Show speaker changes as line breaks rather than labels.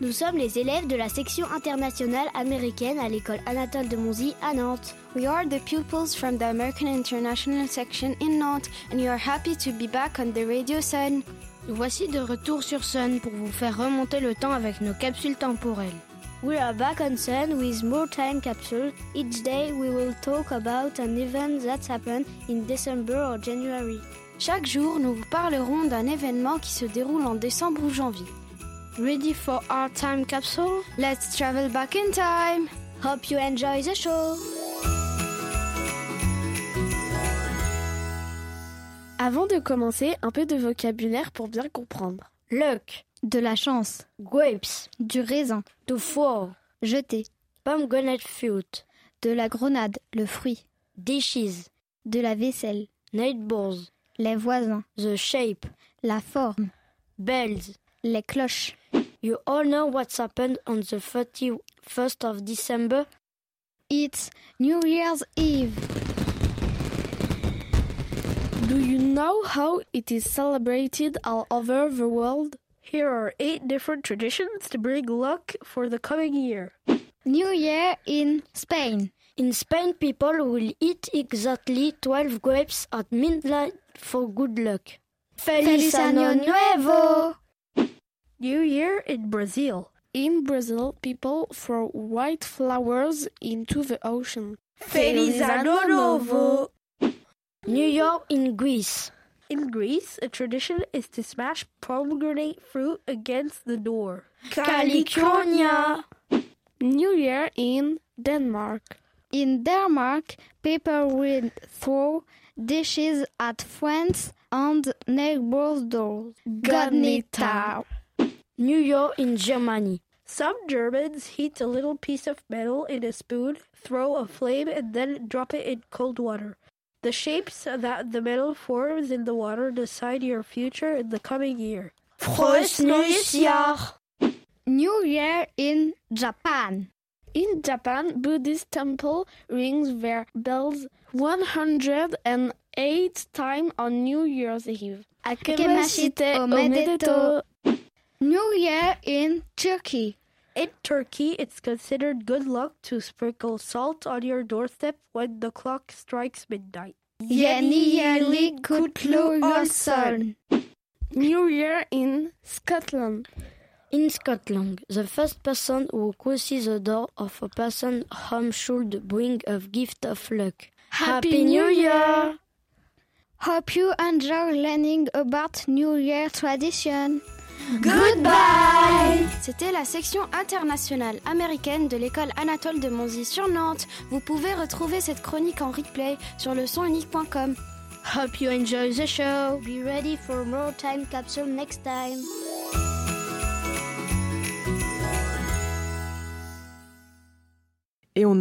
Nous sommes les élèves de la section internationale américaine à l'école Anatole de Monzy à Nantes.
We are the pupils from the American International section in Nantes and we are happy to be back on the radio Sun.
Nous voici de retour sur Sun pour vous faire remonter le temps avec nos capsules temporelles.
We are back on Sun with more time capsule. Each day we will talk about an event that happened in December or January.
Chaque jour, nous vous parlerons d'un événement qui se déroule en décembre ou janvier.
Ready for our time capsule?
Let's travel back in time!
Hope you enjoy the show!
Avant de commencer, un peu de vocabulaire pour bien comprendre.
Luck,
de la chance.
Grapes,
du raisin.
To fall,
jeter.
Pomegranate fruit,
de la grenade, le fruit.
Dishes,
de la vaisselle.
Neighbors,
les voisins.
The shape,
la forme.
Bells,
les cloches.
You all know what's happened on the 31st of December?
It's New Year's Eve.
Do you know how it is celebrated all over the world?
Here are eight different traditions to bring luck for the coming year.
New Year in Spain.
In Spain, people will eat exactly 12 grapes at midnight for good luck.
Feliz Año Nuevo!
New Year in Brazil.
In Brazil, people throw white flowers into the ocean.
Feliz Ano Novo!
New York in Greece.
In Greece, a tradition is to smash pomegranate fruit against the door.
California.
New Year in Denmark.
In Denmark, people will throw dishes at friends and neighbors' doors.
Godnita.
New York in Germany.
Some Germans heat a little piece of metal in a spoon, throw a flame, and then drop it in cold water. The shapes that the metal forms in the water decide your future in the coming year.
Frost
New Year in Japan.
In Japan, Buddhist temple rings their bells 108 times on New Year's Eve.
Akemashite omedeto. New Year in Turkey.
In Turkey, it's considered good luck to sprinkle salt on your doorstep when the clock strikes midnight.
Yeni yerli kutlu olsun.
New Year in Scotland.
In Scotland, the first person who crosses the door of a person's home should bring a gift of luck.
Happy New Year!
Hope you enjoy learning about New Year tradition.
Goodbye C'était la section internationale américaine de l'école Anatole de Monzy sur Nantes. Vous pouvez retrouver cette chronique en replay sur le sonunique.com.
Hope you enjoy the show.
Be ready for more time capsule next time.
Et on